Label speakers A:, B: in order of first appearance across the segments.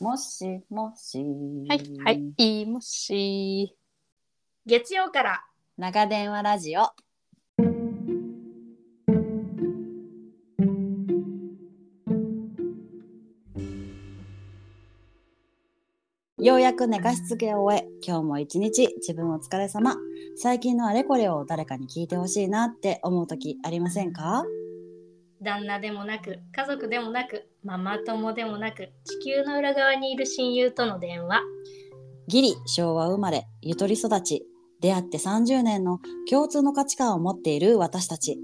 A: もしもし。
B: はい、はい、。いいもし。
C: 月曜から
A: 長電話ラジオ。ようやく寝かしつけを終え、今日も一日自分お疲れ様。最近のあれこれを誰かに聞いてほしいなって思う時ありませんか
C: 旦那でもなく家族でもなくママ友でもなく地球の裏側にいる親友との電話
A: ギリ昭和生まれゆとり育ち出会って30年の共通の価値観を持っている私たち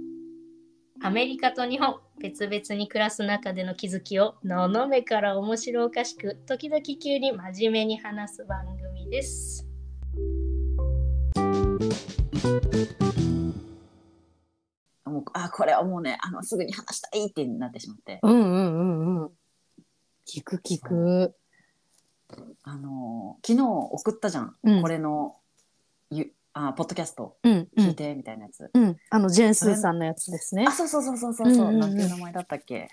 C: アメリカと日本別々に暮らす中での気づきを斜めから面白おかしく時々急に真面目に話す番組です
A: もうあこれはもうねあのすぐに話したいってなってしまって
B: うんうんうんうん。聞く聞く。
A: あのー昨日送ったじゃん、
B: うん
A: これのゆあポッドキャスト
B: うんう
A: 聞い
B: ん。
A: てみたいなやつ、
B: うん、あのジェンスーさんのやつですね
A: あ。そうそうそうそうそうそう、
B: うんうんうん
A: なんていう名前だったっけ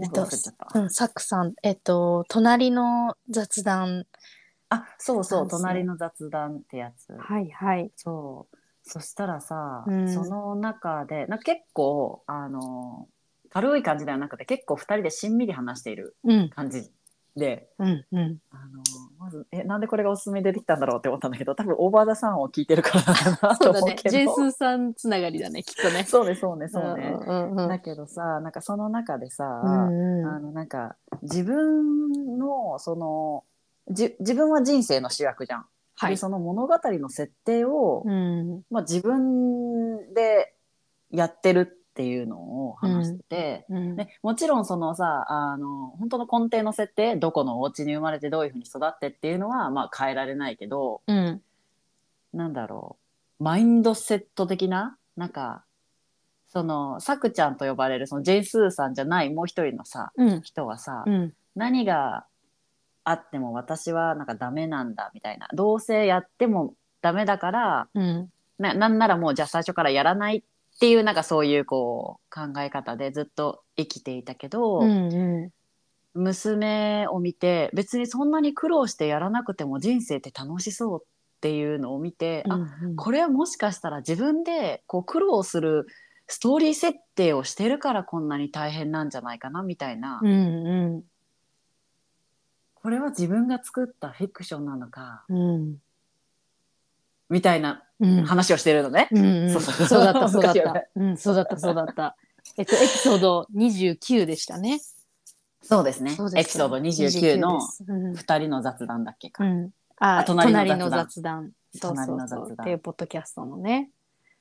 B: えっ
A: 忘
B: と
A: れちゃった、
B: うん、サクさん、えっと、隣の雑談。
A: あそうそ
B: そう
A: う
B: ですね
A: 隣の雑談ってやつ
B: はいはい。
A: そうそしたらさ、
B: うん
A: その中でなんか結構あのー軽い感じではなくて結構2人でしんみり話している
B: うん、
A: 感じで、
B: うん、うん。
A: あのまずえなんでこれがおすすめに出てきたんだろうって思ったんだけど多分オーバー・ザ・さんを聞いてるからだなと
B: そうだ
A: 思う
B: ね。
A: けど
B: ジェンスーさんつながりだね、きっとね。
A: そうねそうねそうね、
B: うんうんうん
A: だけどさなんかその中でさ、
B: うんう
A: あ
B: ん
A: のなんか自分のそのじ自分は人生の主役じゃん、
B: は
A: で
B: い。
A: その物語の設定を、
B: うん。
A: まあ、自分でやってるっていうのを話してて。
B: うん
A: ね、もちろんそのさあの本当の根底の設定どこのお家に生まれてどういうふうに育ってっていうのは、まあ、変えられないけど
B: うん。
A: なんだろうマインドセット的ななんかそのさくちゃんと呼ばれるそのジェイスーさんじゃないもう一人のさ
B: うん。
A: 人はさ、
B: うん。
A: 何があっても私はなんかダメなんだみたいなどうせやってもダメだから
B: うん。
A: ななんならもうじゃあ最初からやらないっていうなんかそういうこう考え方でずっと生きていたけど。
B: うん。
A: 娘を見て別にそんなに苦労してやらなくても人生って楽しそうっていうのを見て、あこれはもしかしたら自分でこう苦労するストーリー設定をしてるからこんなに大変なんじゃないかなみたいな、
B: うん。
A: これは自分が作ったフィクションなのか
B: うん。
A: みたいな
B: うん。
A: 話をしてるのね。
B: うん、うん、
A: そうそう
B: そう だった、そうだ
A: 難
B: っ
A: しいよね
B: た。うん、そうだった、そうだった。えっと、エピソード29でしたね。
A: そうですね
B: そうです
A: エピソード29の
B: ですうん
A: 2人の雑談だっけか。
B: うん。あ、
A: あ
B: 隣
A: 隣
B: の
A: の
B: 雑
A: 雑
B: 談。そう
A: 隣
B: そう
A: の雑
B: そ
A: 談
B: う。っていうポッドキャストのね。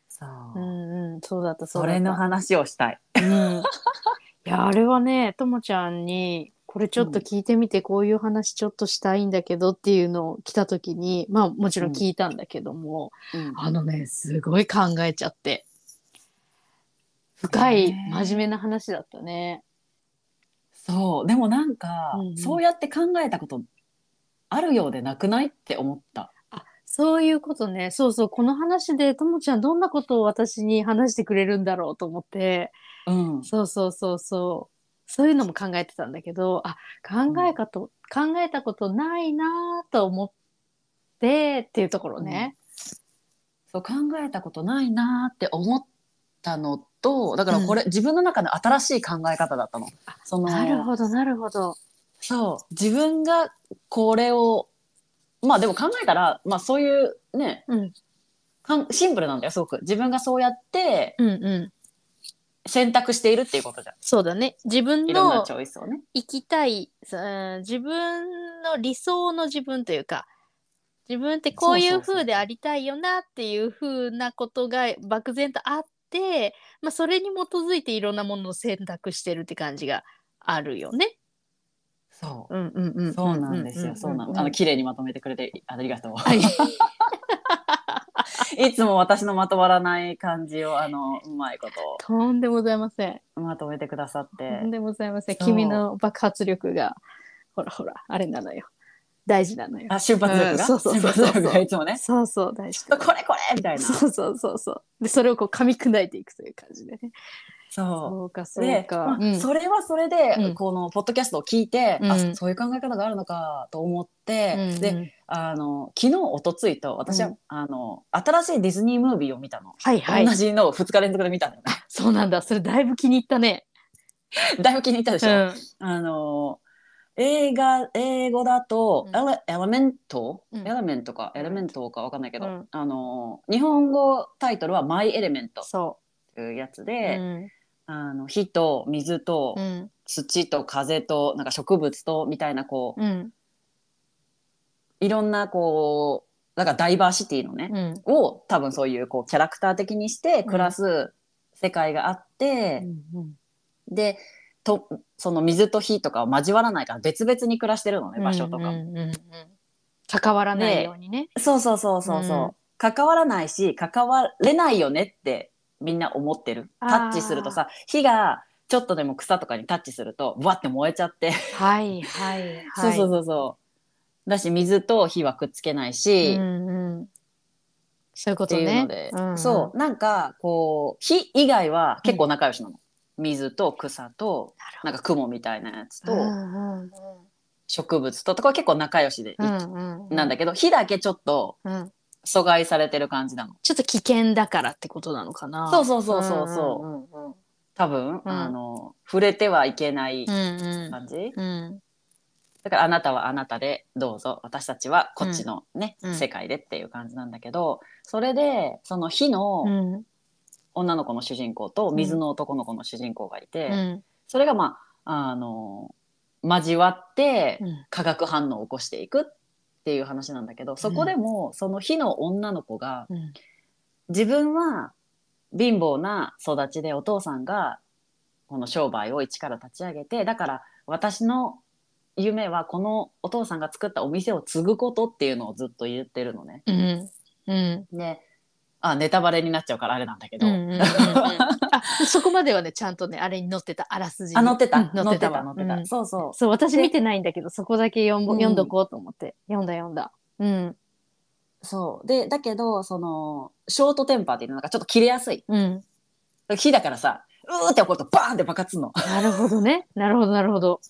A: そう
B: うんうん、そうだった、
A: そ
B: そうだった。
A: れの話をしたい。
B: うん。いや、あれはね、ともちゃんに、これちょっと聞いてみて、こういう話ちょっとしたいんだけどっていうのを来た時に、まあもちろん聞いたんだけども、あのね、すごい考えちゃって。深い、
A: ね
B: 真面目な話だったね。
A: そうでもなんか、
B: うんうん
A: そうやって考えたことあるようでなくないって思った。
B: そういうことね。そうそう。この話で、ともちゃんどんなことを私に話してくれるんだろうと思って、
A: うん、
B: そうそうそうそう。そういうのも考えてたんだけど、あ、考えかと、考えたことないなぁと思ってっていうところね。
A: そう考えたことないなーって思ったのとだからこれ、自分の中の新しい考え方だったの。そ
B: なる
A: の
B: ほど、なるほど。
A: そう自分がこれをまあでも考えたら、まあ、そういうね
B: うん。
A: かんシンプルなんだよすごく自分がそうやって
B: うんうん。
A: 選択しているっていうことじゃ
B: そうだね。自分
A: んいろんな
B: の
A: チョイスをね。
B: 生きたい、うん自分の理想の自分というか、自分ってこうい
A: そううそうそう
B: 風でありたいよなっていう風なことが漠然とあって、まあ、それに基づいていろんなものを選択してるって感じがあるよね。
A: そう
B: うんうんうん
A: そうなんですよ。そうなん、あの綺麗にまとめてくれてありがとう。
B: はい。
A: いつも私のまとまらない感じをあのうまいこと
B: とんでございません。
A: まとめてくださって、
B: とんでございません。
A: そう
B: 君の爆発力が、ほらほら、あれなのよ。大事なのよ。
A: あ瞬発力が、
B: うんそうそうそうそ
A: 瞬
B: う
A: 発力がいつもね
B: そうそう、大事
A: ちょっとこれこれみたいな
B: そうそうそうそう。で、それをこう噛み砕いていくという感じでね。
A: そ。
B: そうかそうう
A: で、ま
B: か
A: あ。
B: うん
A: それはそれで、
B: うん
A: このポッドキャストを聞いて、
B: うん
A: あそういう考え方があるのかと思って、
B: うんう
A: で
B: ん
A: あの昨日一昨日と私は、
B: う
A: あの新しいディズニームービーを見たの、
B: はいはい
A: 同。じのを2日連続で見たのよね
B: そうなんだ。それだいぶ気に入ったね。
A: だいぶ気に入ったでし
B: う
A: ょ、
B: ん
A: あの映画英語だと、
B: うん
A: エレエレメント、
B: うん
A: エレメントかエレメントかわかんないけど、
B: うん
A: あの日本語タイトルは「マイ・エレメント」
B: そ
A: っていうやつ
B: う。
A: で、
B: うん
A: あの火と水と
B: うん
A: 土と風となんか植物とみたいなこう、
B: うん
A: いろんなこうなんかダイバーシティのね、
B: うん
A: を多分そういうこうキャラクター的にして暮らす世界があって、でとその水と火とかを交わらないから別々に暮らしてるのね場所とかも。
B: うんうんうんうん関わらないようにね。
A: そうそうそうそうそう、
B: うん
A: 関わらないし関われないよねってみんな思ってるタ
B: あー
A: ッチするとさ火がちょっとでも草とかにタッチするとぶわって燃えちゃって、
B: はいはい
A: そ
B: は
A: う
B: い。
A: そうそうそうだし水と火はくっつけないし、っ
B: んうん、そういうこと
A: て
B: ね。
A: いうので、
B: んん
A: そうなんかこう火以外は結構仲良しなの、水と草となんか雲みたいなやつと
B: うんうん
A: 植物ととかは結構仲良しで、
B: うんうん、
A: なんだけど火だけちょっと
B: うん、
A: 阻害されてる感じなの
B: ちょっと危険だからってことなのかな。
A: そうそうそうそうそう
B: うんうん
A: 多分、あの触れてはいけない
B: うん
A: 感じ、
B: うんうん
A: だからあなたはあなたでどうぞ私たちはこっちのね、
B: うん
A: 世界でっていう感じなんだけどそれでその火
B: う
A: の
B: んうん
A: 女の子の主人公と水の男の子の主人公がいて、
B: うん
A: それがまああの交わって
B: うん
A: 化学反応を起こしていくっていう話なんだけどそこでもその火の女の子が
B: うん
A: 自分は貧乏な育ちでお父さんがこの商売を一から立ち上げてだから私の夢はこのお父さんが作ったお店を継ぐことっていうのをずっと言ってるのね。
B: うんうん
A: であネタバレになっちゃうからあれなんだけ
B: う
A: ど、
B: んうん うんあそこまではねちゃんとねあれに載ってたあらすじに
A: あ乗って
B: う
A: た
B: ん
A: 乗
B: 載
A: っ
B: ってて
A: た
B: た
A: 乗ってた、
B: うん
A: そうそう
B: そう私見てないんだけどそこだけ読んぼ
A: うん
B: 読んどこうと思って読んだ読んだうん
A: そうでだけどそのショートテンパーっていうのなんかちょっと切れやすい
B: うん
A: 火だからさうーって怒るとバーンって爆発すんの。
B: なるほどねなるほどなるほど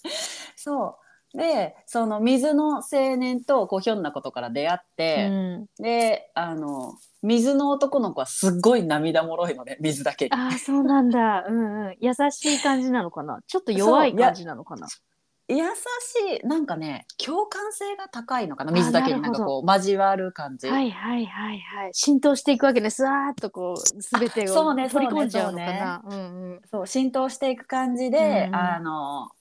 A: そうでその水の青年とこうひょんなことから出会っ
B: う
A: て、
B: ん
A: であの水の男の子はすっごい涙もろいのね水だけに
B: ああそうなんだ。うんうん。優しい感じなのかな。ちょっと弱い
A: そういや
B: 感じなのかな。
A: 優しいなんかね共感性が高いのかな水だけに
B: あ
A: な
B: なんる
A: か
B: ほど
A: こう交わる感じ、
B: はいはいはいはい。浸透していくわけね。すわーっとこうすべて
A: あそ
B: を
A: うね
B: 取り込んじゃうのかな。うんうん。
A: そう浸透していく感じで、
B: うんうん
A: あの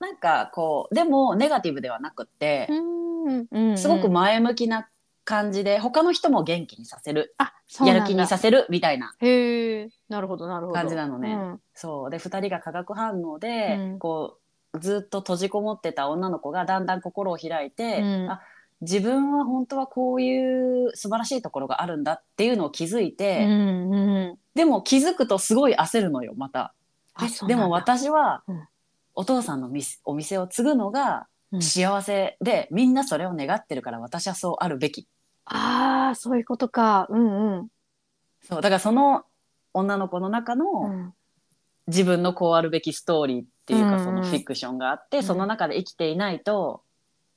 A: なんかこうでもネガティブではなくって
B: う、んうんうん。
A: すごく前向きな感じで他の人も元気にさせる
B: あそう
A: や
B: なんだ
A: る気にさせるみたいな
B: へえ。なるほどなるほど。
A: 感じなのね
B: うん
A: そうで2人が化学反応で、
B: うん
A: こうずっと閉じこもってた女の子がだんだん心を開いて、
B: うん
A: あ自分は本当はこういう素晴らしいところがあるんだっていうのを気づいうて、
B: んうん。
A: でも気づくとすごい焦るのよまた。
B: あそう
A: で
B: なんだ
A: も私は、
B: うん
A: お父さんのみすお店を継ぐのが
B: うん
A: 幸せで、みんなそれを願ってるから私はそうあるべき。
B: ああそういうことか。うんうん。
A: そうだからその女の子の中の、
B: うん
A: 自分のこうあるべきストーリーっていう
B: うんう
A: か
B: ん
A: そのフィクションがあって、
B: うん
A: その中で生きていないと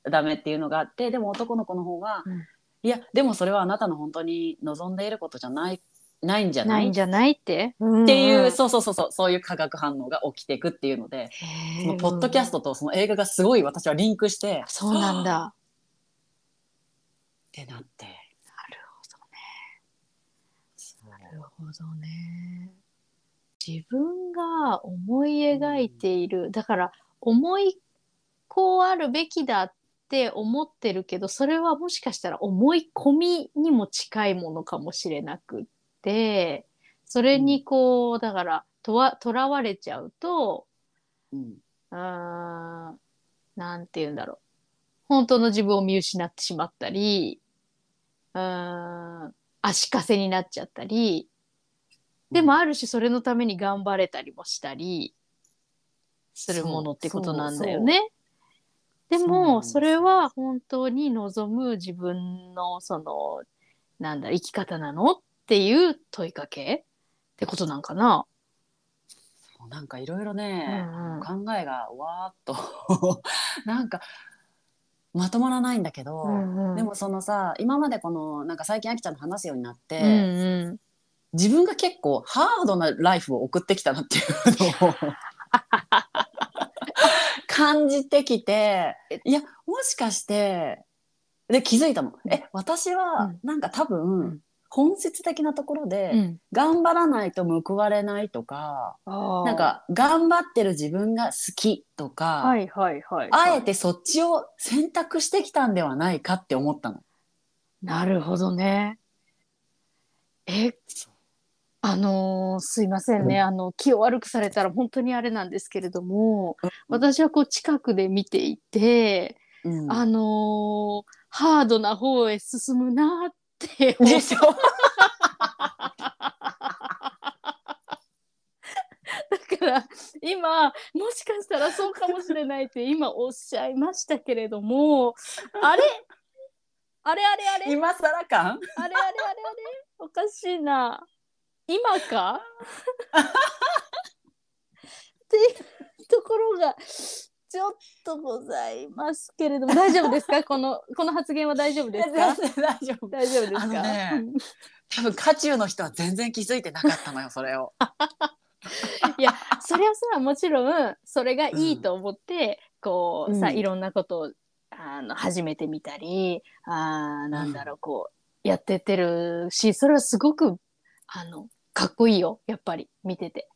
A: ダメっていうのがあってでも男の子の方は、
B: うん
A: いやでもそれはあなたの本当に望んでいることじゃないないんじゃな
B: ないい
A: っ
B: んじゃないって。うんうん
A: ていう、そうそうそうそうそういう化学反応が起きていくっていうので、
B: へー
A: そのポッドキャストとその映画がすごい私はリンクして
B: そうなんだ。
A: はぁっ
B: な
A: てなって
B: るほど。なるほどね。自分が思い描いている、だから思いこうあるべきだって思ってるけどそれはもしかしたら思い込みにも近いものかもしれなくってそれにこう、だからとわとらわれちゃうと
A: うん
B: うーんなんて言うんだろう本当の自分を見失ってしまったりうーん足かせになっちゃったりでもある種それのために頑張れたりもしたりするものってことなんだよね。で
A: そうなん
B: も
A: です
B: それは本当に望む自分のそのなんだ生き方なのっていう問いかけってことなんかな。
A: うなんかいろいろね、
B: うんうん
A: 考えがわーっと なんかまとまらないんだけど、
B: うんうん
A: でもそのさ今までこのなんか最近あきちゃんの話すようになって、
B: うんうん
A: 自分が結構ハードなライフを送ってきたなっていうのを 感じてきていやもしかしてで気づいたの、
B: うん
A: え私は
B: うん
A: なんか多分、
B: うん
A: 本質的なところで、
B: うん
A: 頑張らないと報われないとか
B: あー
A: なんか頑張ってる自分が好きとか、
B: はいはいはい
A: あえてそっちを選択してきたんではないかって思ったの。
B: なるほどねえあのーすいませんね、あの気を悪くされたら本当にあれなんですけれども、
A: うん
B: 私はこう近くで見ていて、
A: うん
B: あのーハードな方へ進むなって思っ
A: でしょ
B: だから今もしかしたらそうかもしれないって今おっしゃいましたけれどもあれあれあれあれあれあれ
A: 今更 感
B: あれあれおかしいな今 かっていうところがちょっとございますけれども大丈夫ですかこのこの発言 は大丈夫ですか
A: 大丈夫
B: 大丈夫ですか
A: あのね多分渦中の人は全然気づいてなかったの よそれを。
B: いやそれはさもちろんそれがいいと思って、こうさ
A: うん
B: いろんなことをあの始めてみたりあーなんだろうこうやってってるしそれはすごくあのかっこいいよやっぱり見てて。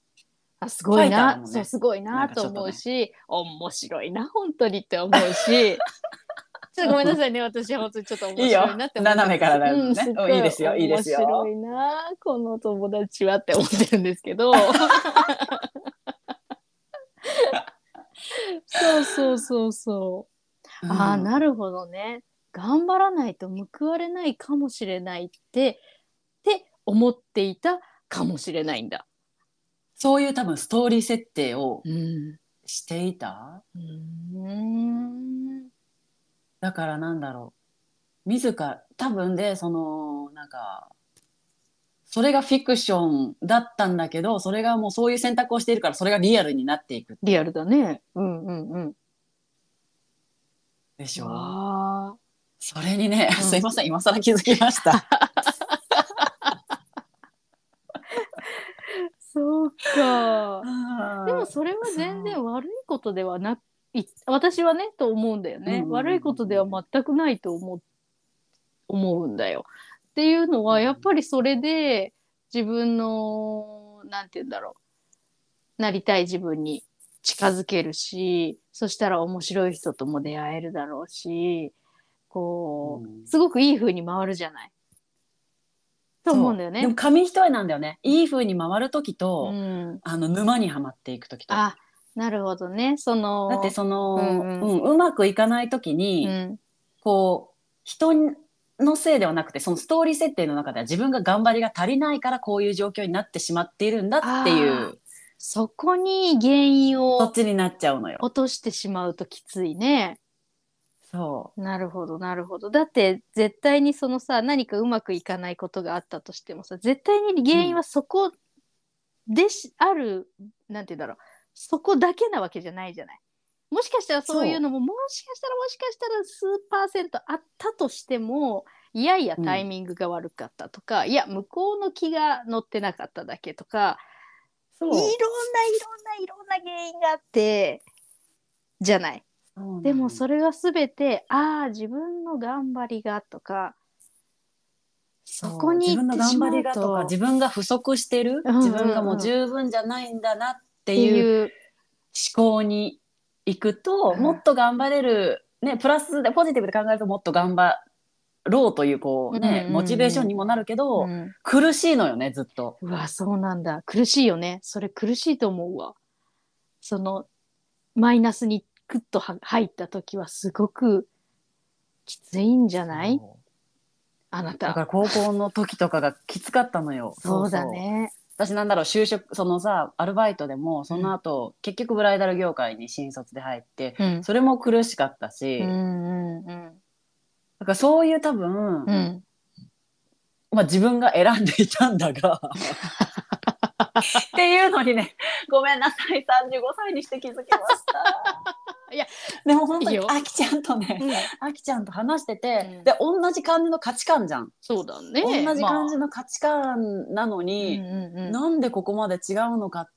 B: あすご
A: フ
B: い
A: ァイターな
B: な、
A: のね
B: そうすごい
A: なん
B: な
A: かちょっ
B: と
A: とね
B: 思うし、面白いな本当にって思うしちょっとごめんなさいね私本当にちょっと面白いなって思っ
A: いいよ
B: た
A: 斜めからだよね
B: うんすっご
A: うんいいですよいいですよ
B: 面白いなこの友達はって思ってるんですけどそうそうそうそう。ああ
A: うん
B: なるほどね。頑張らないと報われないかもしれないってって思っていたかもしれないんだ。
A: そういう多分ストーリー設定を
B: うん。
A: していた
B: うーん。
A: だからなんだろう自ら多分でそのなんかそれがフィクションだったんだけどそれがもうそういう選択をしているからそれがリアルになっていく
B: リアルだね。うんうんうん。
A: でしょ
B: あ
A: それにね、
B: うん
A: すいません今更気づきました
B: あ。そうか。で
A: で
B: もそれは全然悪いことではない私はねと思うんだよね、
A: うん
B: 悪いことでは全くないと思う思うんだよ。っていうのはやっぱりそれで自分のなんて言うんだろうなりたい自分に近づけるしそしたら面白い人とも出会えるだろうしこう、
A: うん
B: すごくいい風に回るじゃない。と思うんだよ
A: で
B: ね
A: も。紙一重なんだよねいい風に回る時と、
B: うん、
A: あの沼にはまっていく時とだ
B: あなるほどねその
A: ってその、
B: う
A: うんん
B: う
A: うんんうまくいかない時に、
B: うん
A: こう人のせいではなくてそのストーリー設定の中では自分が頑張りが足りないからこういう状況になってしまっているんだってい
B: あー
A: う
B: そこに原因
A: そっ
B: を
A: ちになっちゃうのよ。
B: 落としてしまうときついね。
A: そ
B: なるほどなるほど。だって絶対にそのさ何かうまくいかないことがあったとしてもさ絶対に原因はそこでし、あるなんて言うんだろうそこだけなわけじゃないじゃない。もしかしたらそういうのももしかしたらもしかしたら数パーセントあったとしてもいやいやタイミングが悪かったとか、いや向こうの気が乗ってなかっただけとか
A: うそ
B: いろんないろんないろんな原因があってじゃない。
A: う
B: でもそ
A: れ
B: れは全てああ自分の頑張りがとかそこに行
A: 自分
B: っ
A: の
B: て
A: 頑
B: しま
A: 張り
B: う
A: がと
B: と
A: か
B: っ
A: 自分が不足してる、
B: うんうんうん
A: 自分がもう十分じゃないんだなって
B: て
A: いう
B: いう
A: 思考に行くと、
B: うん
A: もっと頑張れる、ね、プラスでポジティブで考えるともっと頑張ろうというこう、ね
B: うんうんうん
A: モチベーションにもなるけど、
B: うん
A: 苦しいのよねずっと。
B: うわそうなんだ苦しいよねそれ苦しいと思うわそのマイナスにクッとは入った時はすごくきついんじゃない
A: そう
B: あな
A: だか
B: た
A: ら高校の時とかがきつかったの よ。
B: そうだね
A: そうそう。私なんだろう就職そのさアルバイトでもその後、結局ブライダル業界に新卒で入って
B: うん
A: それも苦しかったし、
B: う
A: だ
B: んうん
A: からそういう多分、
B: うんうん
A: まあ自分が選んでいたんだが っていうのにねごめんなさい35歳にして気づきました
B: いや
A: でも本当
B: いい
A: に
B: よ
A: あきちゃんとね
B: うん
A: あきちゃんと話してて、
B: うん
A: で同じ感じの価値観じゃん、
B: そうだね。
A: 同じ感じ
B: ま
A: の価値観なの
B: あうん
A: に、
B: うんうん
A: なんでここまで違うのかっ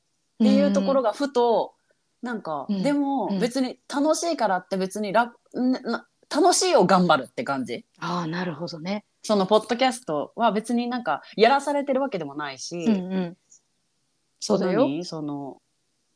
A: ていうところがふと、なんか、
B: うん
A: で
B: う
A: も
B: ん
A: 別に楽しいからって別に楽んな楽しいを頑張るって感じ
B: ああ、なるほどね。
A: そのポッドキャストは別になんかやらされてるわけでもないし、
B: うんうん。そうだよ。
A: 何その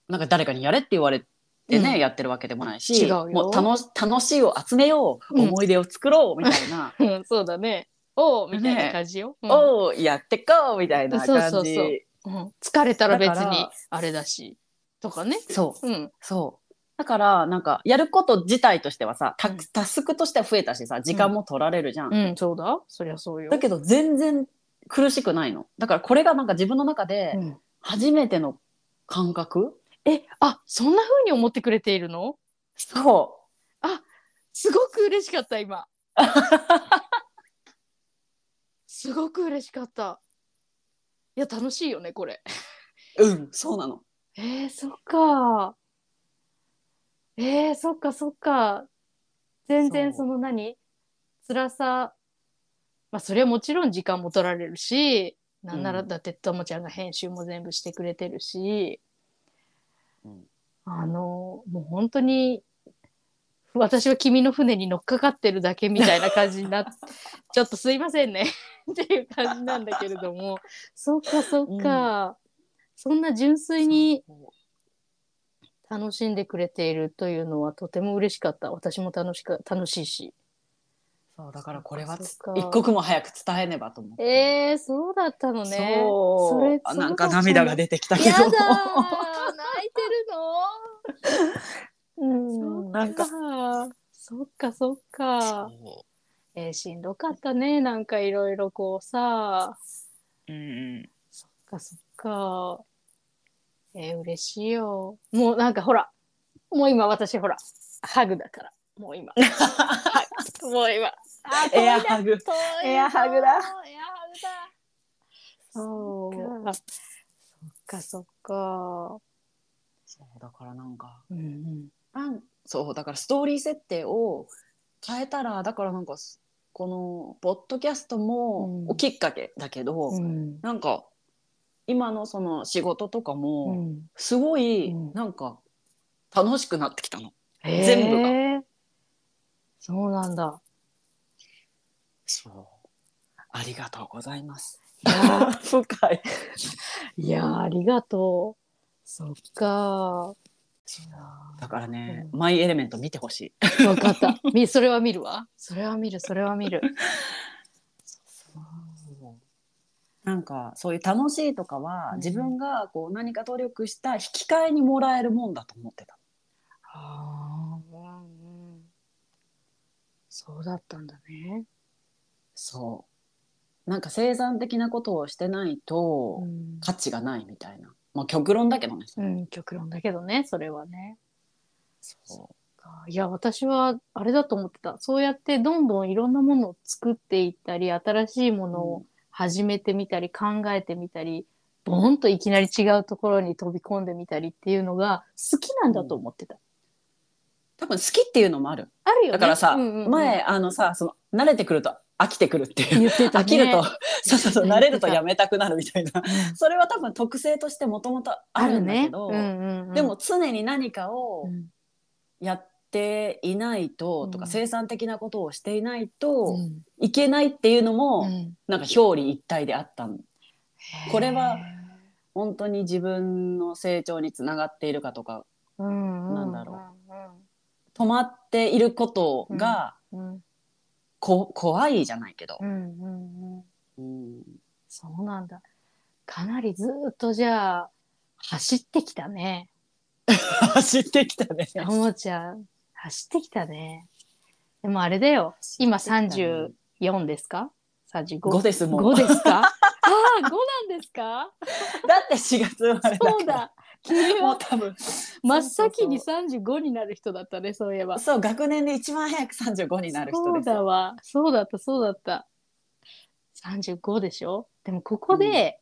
A: なんか誰かにやれって言われてね、
B: うん
A: やってるわけでもないし
B: 違うよ
A: もう楽し楽しいを集めよう、
B: うん、
A: 思い出を作ろうみたいな
B: うんそうだね。おおみたいな感じよ。うん
A: おうやってこうみたいな感じ
B: そうそうそううん疲れたら別
A: だか
B: に
A: ら
B: あれだし。とかね。
A: そう
B: うん。
A: そう。だから、なんか、やること自体としてはさ、タ
B: うん
A: タスクとしては増えたしさ、時間も取られるじゃん。
B: うん、そうだ。そりゃそうよ。
A: だけど、全然苦しくないの。だから、これがなんか自分の中で
B: うん
A: 初めての感覚、
B: え、あ、そんな風に思ってくれているの
A: そ
B: すごく嬉しかった今。すごく嬉しかった。いや楽しいよねこれ。
A: う。うん、そうなの。
B: えー、そっか。えー、そっかそっか。全然
A: そ
B: そうの何辛さ。まあそれはもちろん時間も取られるし、なんなら
A: うん
B: だってともちゃんが編集も全部してくれてるし、
A: うん
B: あのもう本当に私は君の船に乗っかかってるだけみたいな感じになって ちょっとすいませんね っていう感じなんだけれどもそっかそっか、そんな純粋に楽しんでくれているというのはとても嬉しかった私も楽しか楽しいし
A: そう、だからこれはつ
B: そっか
A: 一刻も早く伝えねばと思って。
B: えー、そうだったのね
A: そう
B: れ
A: あなんか涙が出てきた
B: た
A: け
B: やだー
A: ど
B: 泣いて
A: う
B: るの
A: んなんか
B: そっかそっか
A: そ
B: えー、しんどかったねなんかいろいろこうさ
A: う、うんうん、
B: そっかそっかえー、嬉しいよもうなんかほらもう今私ほらハグだからもう今 もう今あ
A: エアハグ
B: 遠いな
A: エアハグだ
B: エアハグだ
A: そ
B: そっかそっか
A: そうだからなんか
B: うんうん
A: なんそうだからストーリー設定を変えたらだからなんかすこのポッドキャストも
B: うん
A: おきっかけだけど、
B: うん
A: なんか今のその仕事とか
B: う
A: も
B: ん
A: すごい
B: うん
A: なんか楽しくなってきたの。全
B: 全
A: 部
B: 部
A: が
B: がそうなんだ
A: そうありがとうございます。
B: いや
A: 深い。
B: いやーありがとう。そっか
A: だからね、
B: う
A: マイエレメント見てほしい。
B: ー。 わかった。みそれは見るわ。それは見る。それは見る。
A: なんかそういう楽しいとかは、
B: うん
A: 自分がこう何か努力した引き換えにもらえるもんだと思ってた。
B: ああ、うんうん。そうだったんだね。
A: そうなんか生産的なことをしてないと
B: うん。
A: 価値がないみたいな、まあ、極論だけどね。
B: うん、極論だけどね、それはね。
A: そ
B: いや、私はあれだと思ってた。そうやってどんどんいろんなものを作っていったり、新しいも
A: う
B: のを始めてみたり、考えてみたり、ボンといきなり違うところに飛び込んでみたりっていうのが好きなんだと思ってた。
A: 多分好きっていうのもある。
B: あるよね。
A: だからさ、
B: うんうんうん
A: 前あのさその慣れてくると飽きてくるっていう。
B: 言ってた、
A: 飽
B: ね、
A: きると、そうそうそう慣れると
B: 言
A: や
B: っ
A: めたくなるみたいなそれは多分特性としてもともとあるんだけど、
B: あるねうんうんうん
A: でも常に何かを
B: うん
A: やっていないと、とか
B: うん
A: 生産的なことをしていないと
B: うん
A: いけないっていうのも、
B: うん
A: なんか表裏一体であったのこれは本当に自分の成長につながっているかとか
B: うん
A: なんだろ止まっていることが
B: う、うん
A: こ、怖いじゃないけど
B: う、んうんうん、
A: うん、
B: そうなんだかなりずっとじゃあ走ってきたね
A: 走ってきたね。
B: ともちゃん走ってきたねでもあれだよ今34ですか
A: 5
B: 35
A: ですも
B: 五
A: ん。だ
B: で すかああ5なんですか
A: って4月生まれだから。
B: そうだ君
A: も
B: は
A: う多分
B: 真っ先に35になる人だったねそういえば
A: そう学年で一番早く35になる人
B: そ
A: で
B: う
A: す
B: だ
A: よ。
B: わそうだったそうだった35でしょでもここで、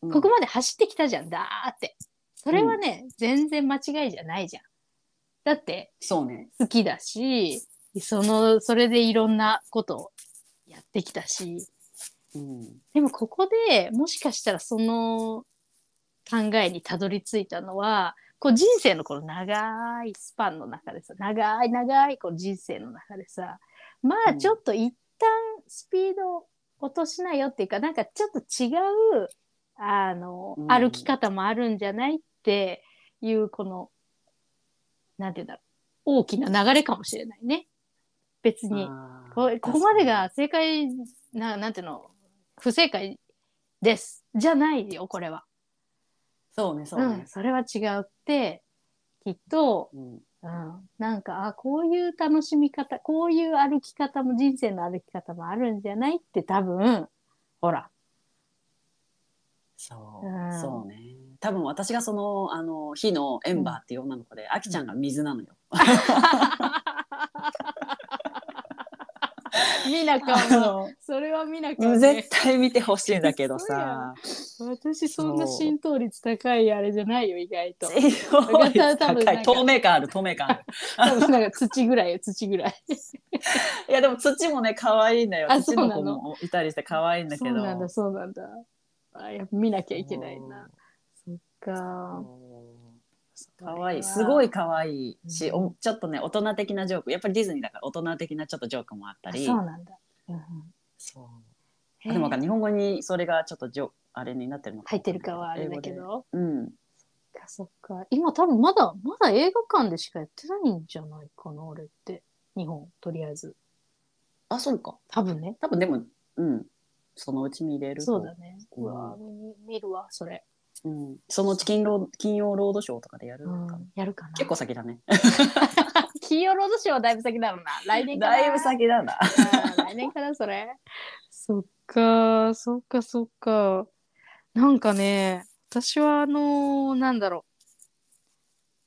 A: ううん
B: ここまで走ってきたじゃんだーってそれはね、全然間違いじゃないじゃんだって
A: そうね。
B: 好きだしそのそれでいろんなことをやってきたし
A: うん。
B: でもここでもしかしたらその考えにたどり着いたのはこう人生のこの長いスパンの中でさ長い長いこう人生の中でさまあ
A: うん
B: ちょっと一旦スピードを落としなよっていうかなんかちょっと違うあの
A: うん
B: 歩き方もあるんじゃないっていうこのなんていうんだろう大きな流れかもしれないね別に。
A: あー
B: こここまでが正解ななんていうの不正解ですじゃないよこれは、、
A: そうね、そううんね。
B: それは違うってきっと、
A: うん。
B: うん、なんかあこういう楽しみ方こういう歩き方も人生の歩き方もあるんじゃないって多分ほら、
A: そう、
B: うん
A: そうね。多分私がその、あの、火のエンバーっていう女の子で、あきちゃんが水なのよ。
B: 見なか
A: あの
B: それは見な
A: うん 絶対見てほしいんだけどさ。
B: 私そんな
A: そう
B: 浸透率高いあれじゃないよ意外と
A: 高
B: 多分なん
A: い
B: か
A: 透明感ある透明感ある
B: 多分なんか土ぐらいよ土ぐらい
A: いやでも土もね可愛いんだよ
B: あ
A: 土の子もいたりして可愛いんだけ
B: そう
A: ど
B: なんだそうなんだあやっぱ見なきゃいけないなそっか
A: 可愛いすご
B: い
A: い可愛いし、
B: うん
A: おちょっとね大人的なジョークやっぱりディズニーだから大人的なちょっとジョークもあった
B: あ
A: り
B: そうなんだ、うん
A: そうでもわかんない日本語にそれがちょっとジョあれになってるの
B: 入ってるかはあれだけ
A: 英語
B: ど
A: でうん
B: そっかそっか今多分まだまだ映画館でしかやってないんじゃないかな俺って日本とりあえず
A: あそうか
B: 多分ね
A: 多分でもうんそのうちに入れると
B: そうだね
A: うん
B: うわ見見るわそれ、
A: うん、そのうち金ロ金曜ロードショーとかでやる
B: う
A: かな、
B: ん、やるかな
A: 結構先だね
B: 金曜ロードショーはだいぶ先だろうな来年かな
A: だいぶ先だな
B: うん来年からそれ。そっか、そっか、そっか。なんかね、私はあのーなんだろう。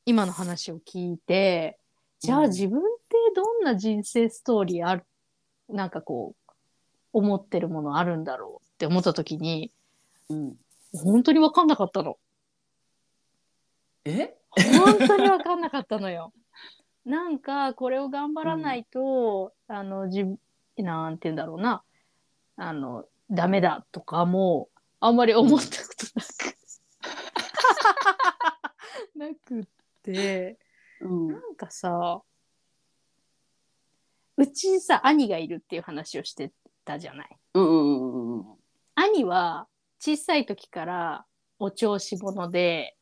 B: 今の話を聞いて、じゃ
A: う
B: あ
A: ん
B: 自分ってどんな人生ストーリーある、なんかこう、思ってるものあるんだろうって思った時に、
A: うん
B: 本当に分かんなかったの。
A: え
B: 本当に分かんなかったのよ。 なんかこれを頑張らないと、あのじなんて言うんだろうなあのダメだとかもあんまり思ったことなくなくって
A: うん
B: なんかさうちにさ兄がいるっていう話をしてたじゃない。
A: うんうんうんうんうん
B: 兄は小さい時からお調子者で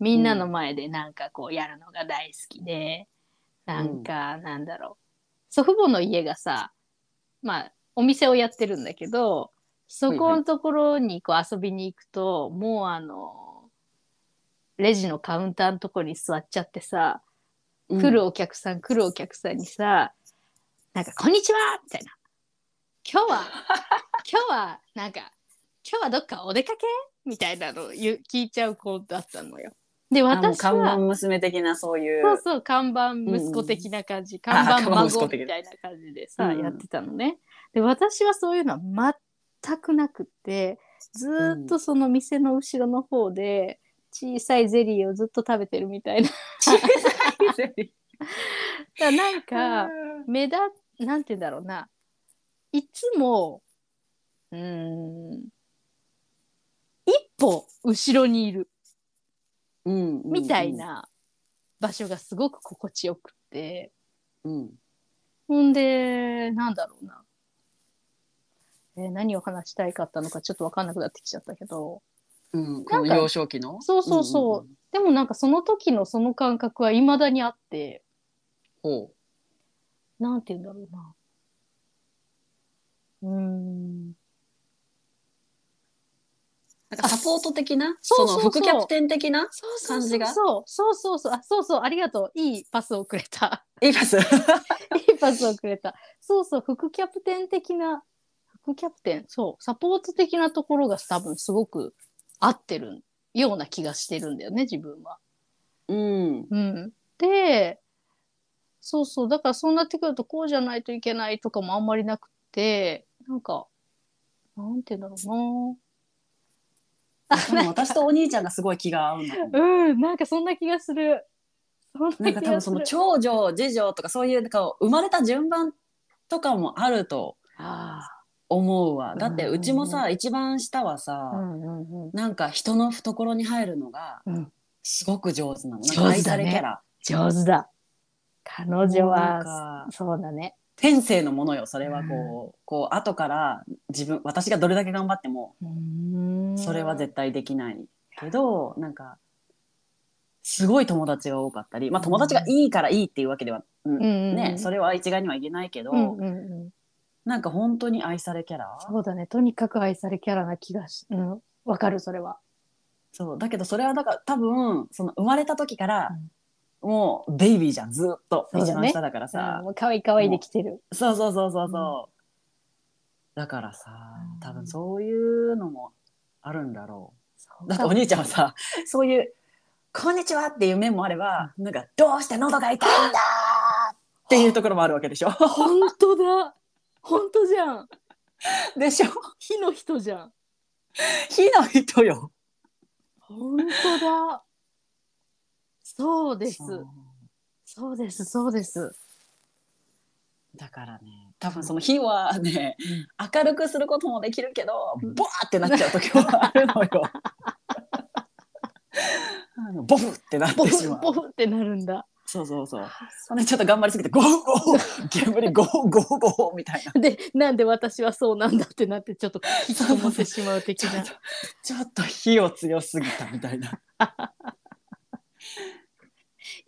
B: みんなの前でなんかこうやるのが大好きで、なんかなんだろう祖父母の家がさまあお店をやってるんだけどそこのところにこう遊びに行くと、もうあのレジのカウンターのところに座っちゃってさ、
A: うん
B: 来るお客さん来るお客さんにさなんか「こんにちは!」みたいな「今日 は今日はなんか今日はどっかお出かけ?」みたいなのを言う聞いちゃう子だったのよ。で
A: あもう
B: 私
A: 看板
B: は
A: 娘的なそういう
B: そうそう看板息子的な感じ、
A: んうん
B: 看板
A: あ看板息
B: 孫
A: 子
B: み
A: 的
B: たいな感じでさ、
A: うん
B: やってたのね。で私はそういうのは全くなくってずーっとその店の後ろの方で小さいゼリーをずっと食べてるみたい な。
A: 小さいゼリ
B: だからなんか
A: ー
B: 目立なんて言うんだろうないつもうーん一歩後ろにいる
A: うんうんうん
B: みたいな場所がすごく心地よくって、
A: うん
B: ほんでなんだろうな、えー何を話したいかったのかちょっと分かんなくなってきちゃったけど
A: うんこの
B: なんか
A: 幼少期の
B: そうそうそうでもなんかその時のその感覚はいまだにあって
A: うんうんうんほ
B: なんて言うんだろうなうーん
A: うなんかサポート的な
B: そ
A: そう
B: そうそう
A: の副キャプテン的な
B: そうそう
A: 感じが
B: そうそうそうそうあそうそうありがとういいパスをくれた
A: いいパス
B: いいパスをくれたそうそう副キャプテン的な副キャプテンそうサポート的なところが多分すごく合ってるような気がしてるんだよね自分は。
A: うん
B: うん、でそうそうだからそうなってくるとこうじゃないといけないとかもあんまりなくてなんかなんて言うんだろう
A: 多
B: な
A: 分私とお兄ちゃんがすごい気が合 うんだと思う
B: うん、なんかそんな気がする。そん
A: な
B: なん
A: か
B: 気
A: 多分
B: がす
A: そ
B: る
A: の。長女次女とかそういうなんか生まれた順番とかもあると
B: あ
A: 思うわだって
B: うん
A: うちもさ、一番下はさ、
B: あ、うんうんうん。
A: なんか人の懐に入るのが
B: うん
A: すごく上手なの、なんか
B: 上
A: 愛
B: 手
A: さ
B: だ
A: れ
B: ね
A: キャラ
B: 上手だ。彼女
A: なん
B: は、
A: か
B: そうだね。
A: 天性のものよそれはこう,、こう後から自分私がどれだけ頑張ってもそれは絶対できないけどなんかすごい友達が多かったり、まあ、友達がいいからいいっていうわけでは、うん
B: うんうんうん
A: ねそれは一概には言えないけど、
B: うんうんうん、
A: なんか本当に愛されキャラ
B: そうだねとにかく愛されキャラな気がし、うん、わかるそれは。
A: そうだけどそれはだから多分その生まれた時から
B: うん、
A: もうベイビーじゃんずっと
B: そうだね
A: 一番下だから
B: さあ、
A: さ
B: もう可愛い可愛いできてる。
A: そうそうそうそうそう、だからさ
B: うん
A: 多分そういうのもあるんだろ
B: そうう
A: だって
B: か
A: お兄ちゃんはさそういう「こんにちは」っていう面もあれば、なんか「どうして喉が痛いんだ!」っていうところもあるわけでし ょ
B: 本当だ。本当じゃん。
A: でしょ
B: 火の人じゃん。
A: 火の人よ
B: 本当だ。そうです。
A: そう
B: そうです。そうです。
A: だからね多分その火はね、明るくすることもできるけど
B: うん
A: ボワーってなっちゃう時はある のよ。あのボフってなっ
B: ボ
A: てし
B: フ
A: ま
B: ボ
A: う。
B: フってなるんだ。
A: そうそうそう。それちょっと頑張りすぎてゴーゴー煙ゴーゴーゴーみたいな。
B: で、なんで私はそうなんだってなって、ちょっと引きこもってしまう的
A: ちょっ
B: な
A: と。ちょっと火を強すぎたみたいな。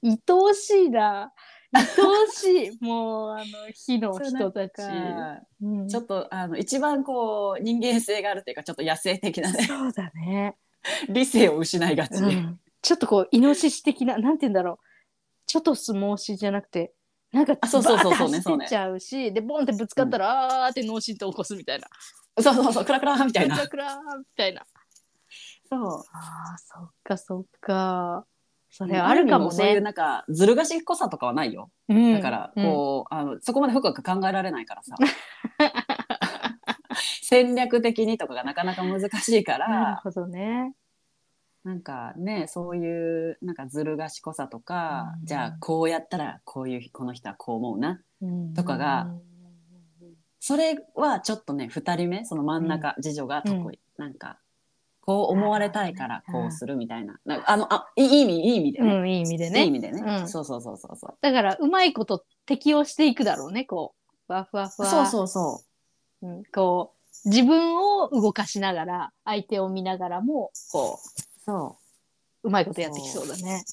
B: 愛おしい な。愛おしい。もう、あの、火の人たち。うん
A: ちょっとあの一番こう人間性があるというかちょっと野生的なね
B: そうだね。
A: 理性を失いがち。
B: うんちょっとこうイノシシ的ななんて言うんだろうちょっと相撲しじゃなくてなんか
A: あそうそうそうそうね
B: バーッて走ってっちゃうしでボンってぶつかったら、あーって脳震盪起こすみたいな
A: そうそうそうクラクラみたい
B: クラ
A: な。
B: クラーみたいな
A: そう。
B: あーそっかそっかそれあるかも
A: そういう
B: ね
A: なんかずる賢さとかはないよ。
B: うん
A: だからこう、あのそこまで深く考えられないからさ。戦略的にとかがなかなか難しいか
B: うんなる
A: ら、
B: ほどね
A: なんかねそういうなんかずる賢さとか、
B: うん
A: じゃあこうやったらこういうこの人はこう思うなとかがそれはちょっとね2人目その真ん中、次女が得意、なんかこう思われたいからこうするみたいな,、なんかあのあいいい意味いい意味で
B: うん、
A: ね、
B: うん、いい意味で
A: いい意
B: ね
A: 味でね、
B: うん
A: そうそうそうそうそう
B: だからうまいこと適応していくだろうねこうふわふわふわ
A: そうそうそう
B: うん、こう自分を動かしながら相手を見ながらもこ
A: そう
B: ううまいことやってきそうだね。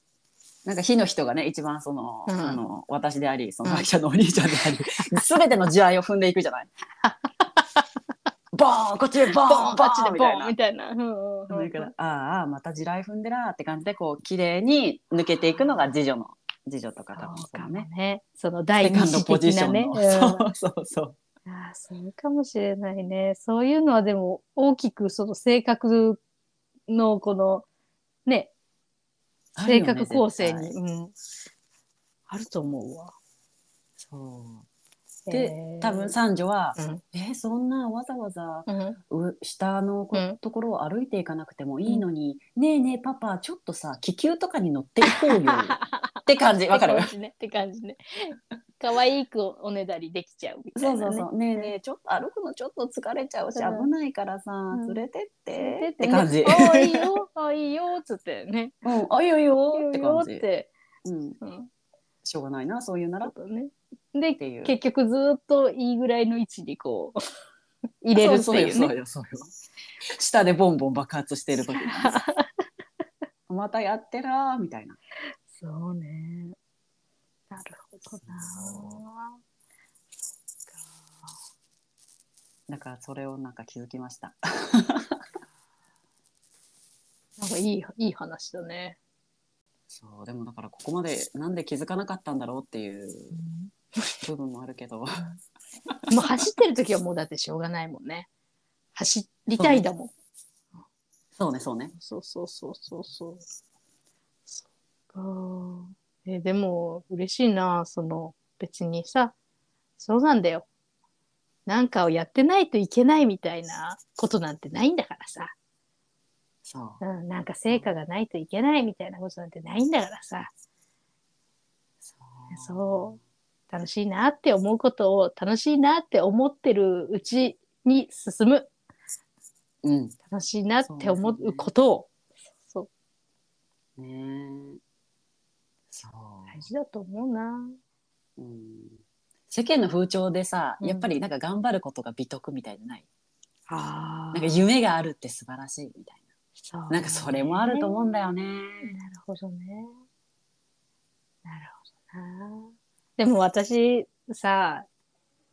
A: なんか火の人がね一番その,、
B: うん
A: あの私でありその
B: うん
A: 愛者のお兄ちゃんであり、全ての地合いを踏んでいくじゃないボーンこっちでボ
B: ボ
A: ー
B: ン
A: ン
B: バ
A: バ
B: ッチ
A: チ
B: で
A: で
B: ボ
A: みたいな。
B: ンみたいな。うんうんう
A: だ
B: ん
A: からああまた地雷踏んでらーって感じでこう綺麗に抜けていくのが次女の次女とか多分
B: そう
A: そ
B: か
A: の
B: も
A: ね
B: ね。その
A: セ
B: 第
A: カ
B: 二
A: ンド
B: 子
A: ポジ
B: 的
A: ショ
B: な
A: ン
B: ね。
A: の、
B: うん
A: そうそうそう
B: あーそうかもしれないね。そういうのはでも大きくその性格のこのね
A: ある
B: 性
A: よね
B: 格構成
A: 絶
B: に、
A: 対
B: うん、あると思うわ。
A: そうで、
B: えー
A: 多分三女は、
B: うん
A: えそんなわざわざ
B: うん
A: う下のこ
B: うん
A: ところを歩いていかなくてもいいのに、ねえねえパパちょっとさ気球とかに乗っていこう よって感 じわかる
B: って感じね。って感じね。可愛くおねだりできちゃうみた
A: そ
B: いな、ね。
A: うそうそうねえねえちょっと歩くのちょっと疲れちゃうし
B: うん
A: 危ないからさ、
B: ん
A: 連れてって
B: 出
A: って感じ、
B: ねああいいよ、ああいいよっつってね。
A: うん、あいいよいいよ
B: いいよ
A: って感
B: っ
A: じ
B: て、
A: うん、
B: うん、
A: しょうがないなそういうな
B: ちょ
A: ら
B: っとね。で
A: ていう
B: 結局ずーっといいぐらいの位置にこう入れるって
A: そう
B: い
A: よ
B: うね
A: そ。うよそうよ下でボンボン爆発してる時 またやってらーみたいな
B: そうね。なるほどな。
A: だからそれをなんか気づきました
B: なんかいいいい話だね。
A: そうでもだからここまでなんで気づかなかったんだろうっていう部分もあるけど
B: もう走ってる時はもうだってしょうがないもんね。走りたいだもん。
A: そうねそうね
B: そうそうそうそうそう。そっか。えでも嬉しいな、その別にさ、そうなんだよ。なんかをやってないといけないみたいなことなんてないんだからさ。
A: そ
B: うん、なんか成果がないといけないみたいなことなんてないんだからさ
A: う
B: そう楽しいなって思うことを楽しいなって思ってるうちに進む
A: う、うん
B: 楽しいなって思
A: そうです
B: う
A: ね
B: ことをそう
A: ねえそう、
B: 大事だと思うな
A: うん、世間の風潮でさ、
B: うん
A: やっぱりなんか頑張ることが美徳みたいじゃない
D: あ
A: なんか夢があるって素晴らしいみたいななんかそれもあると思うんだよね
B: なるほどね。なるほどな。でも私さ、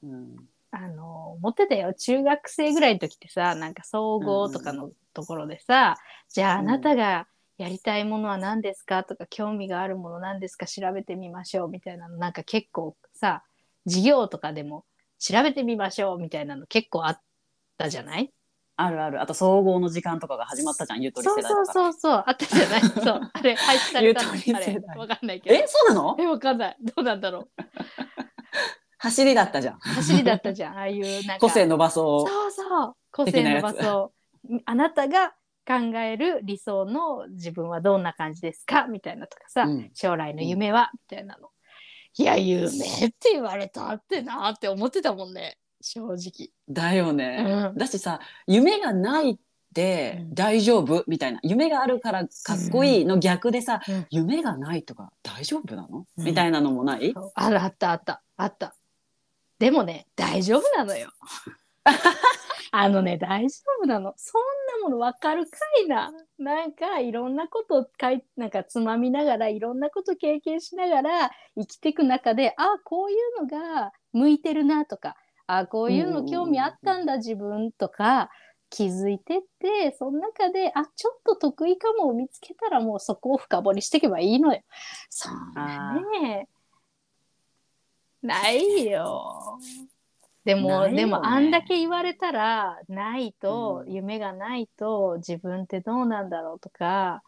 A: うん
B: あの、思ってたよ。中学生ぐらいの時ってさ、なんか総合とかのところでさ、じゃああなたがやりたいものは何ですかとか、興味があるもの何ですか調べてみましょうみたいなの、なんか結構さ、授業とかでも調べてみましょうみたいなの結構あったじゃない
A: あるあるあと総合の時間とかが始まったじゃんゆとり世
B: そう
A: 代
B: そう
A: とか
B: そうそう、あったじゃない。そう、あれ廃止されたの。
A: ゆとり世
B: あ
A: 代
B: れ、わかんないけど。
A: えそうなの
B: えわかんないどうなんだろう
A: 走りだったじゃん
B: 走りだったじゃんああいうなんか
A: 個性伸ば
B: そ
A: そう
B: そう個性の場
A: 的な
B: 所あなたが考える理想の自分はどんな感じですかみたいなとかさ、
A: う、うん、
B: 将来の夢は、みたいなのいや夢って言われたってなって思ってたもんね正直
A: だよね、
B: うん
A: だしさ夢がないって大丈夫、みたいな夢があるからかっこいいの逆でさ、
D: うん
A: 夢がないとか大丈夫なの、
D: うん
A: みたいなのもない
B: そうあるあったあったあったでもね大丈夫なの よあのね大丈夫なのそんなものわかるかいななんかいろんなことかいなんかつまみながらいろんなこと経験しながら生きていく中であこういうのが向いてるなとかあこういうの興味あったんだ自分とか気づいてってその中であちょっと得意かもを見つけたらもうそこを深掘りしていけばいいのよ。そんなねないよ。でも、
A: ないよね
B: でもあんだけ言われたらないと、
A: うん
B: 夢がないと自分ってどうなんだろうとか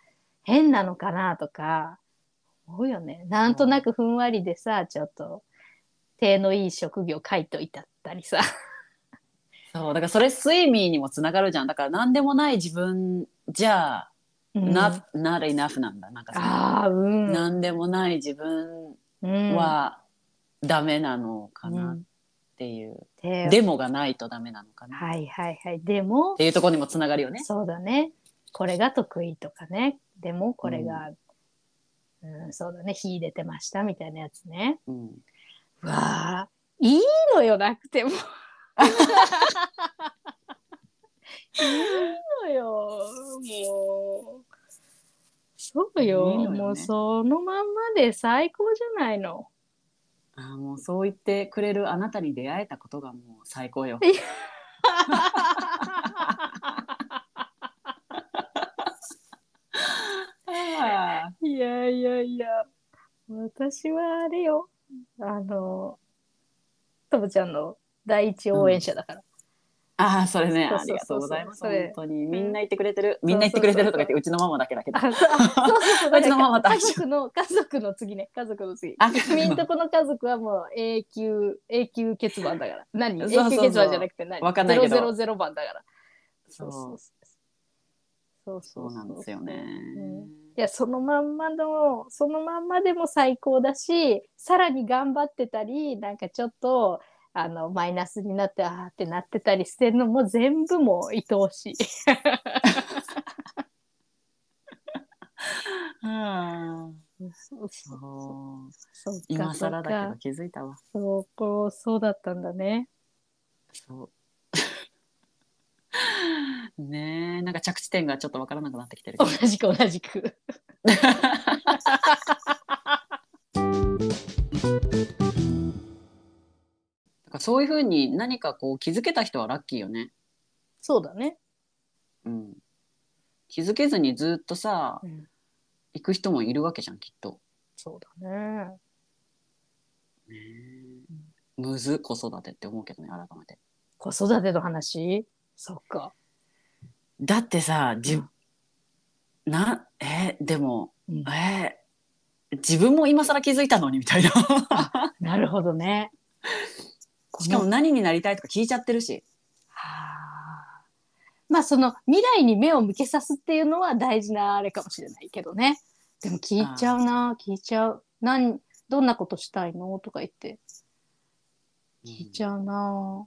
B: 変なのかなとか思うよねなんとなくふんわりでさちょっと手のいい職業書いといたったりさ
A: そうだからそれ睡眠にもつながるじゃんだから何でもない自分じゃ、not, not enough なんだなんかさ、
B: ああうん
A: 何でもない自分
B: うん
A: はダメなのかな
B: う
A: っ
B: ん
A: ていう、
B: 手を
A: デモがないとダメなのかな、っ
B: はいはいはいでも
A: ていうところにもつながるよね。
B: そうだね。これが得意とかね。でもこれが、うんそうだね。火出てましたみたいなやつね。
A: うん、
B: わあ、いいのよ、なくても。いいのよ、もう。そうよ、
A: いいのよね
B: もうそのまんまで最高じゃないの。
A: あーもうそう言ってくれるあなたに出会えたことがもう最高よ。あ
B: いやいやいや、私はあれよ、あの、ともちゃんの第一応援者だから。
A: あーそれね
B: そう
A: あり
B: そう
A: が
B: そ
A: と
B: うそう
A: うございます
B: それ
A: 本当にみんな言ってくれてるみんな言ってくれてるとか言ってうちのママだけだけど
B: あそうあそうそうそ う
A: うちのママと
B: 家
A: 一緒
B: 族の家族の次ね家族の次
A: あ
B: みんとこの家族はもう永久永久欠番だから何
A: そ
B: 永
A: うそうそう
B: 久欠番じゃなくて何
A: わかんないけど
B: ゼロゼロ番だから
A: そう
B: そう
A: そうなんですよね。
B: いやそのまんまのそのまんまでも最高だしさらに頑張ってたりなんかちょっとあのマイナスになってあーってなってたりしてるのも全部もう愛おしい。
A: うん
B: そう そう
A: そう
B: そうか
A: 今更だけ
B: そう
A: ど
B: か
A: 気づいたわ。
B: そうこうそうだったんだ ね。
A: そう。 ねえなんか着地点がちょっとわからなくなってきてるけ
B: 同
A: ど。
B: じく同じく。
A: だからそういうふうに何かこう気づけた人はラッキーよね。
B: そうだね。
A: うん、気づけずにずっとさ、
B: うん
A: 行く人もいるわけじゃんきっと。
B: そうだね。
A: ねえむず子育てって思うけどね改めて。
B: 子育ての話そっか。
A: だってさじ、なえでも、
B: うん
A: え自分も今更気づいたのにみたいな
B: なるほどね。
A: しかも何になりたいとか聞いちゃってるし
B: はあ。まあその未来に目を向けさすっていうのは大事なあれかもしれないけどね。でも聞いちゃうな、聞いちゃう。なんどんなことしたいのとか言って聞いちゃうな。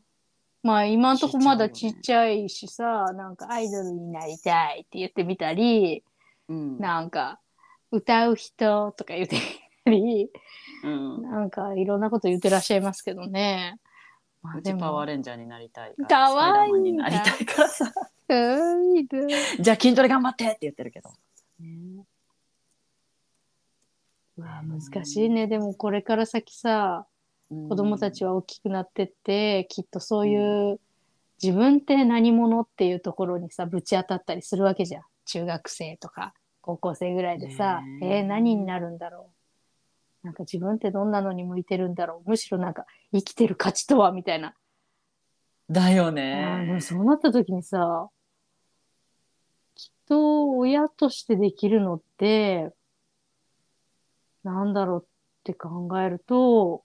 B: まあ今んとこまだちっちゃいしさ、なんかアイドルになりたいって言ってみたり、
A: うん
B: なんか歌う人とか言ってみたり、
A: うん
B: なんかいろんなこと言ってらっしゃいますけどね。まあ
A: うちパワー
B: レ
A: レンジャーになりたいから
B: かわ
A: スパイダー
B: いい
A: マンになりたいからさじゃあ筋トレ頑張ってって言ってるけど
B: うわ難しいね。でもこれから先さ、子供たち
A: は
B: は大きくなってって、きっとそういう自分って何者っていうところにさ、ぶち当たったりするわけじゃん。中学生とか高校生ぐらいでさ、
A: ねえ
B: えー何になるんだろう。なんか自分ってどんなのに向いてるんだろう。むしろなんか生きてる価値とはみたいな。
A: だよ
B: あーで
A: ね
B: もそうなった時にさきっと親としてできるのってなんだろうって考えると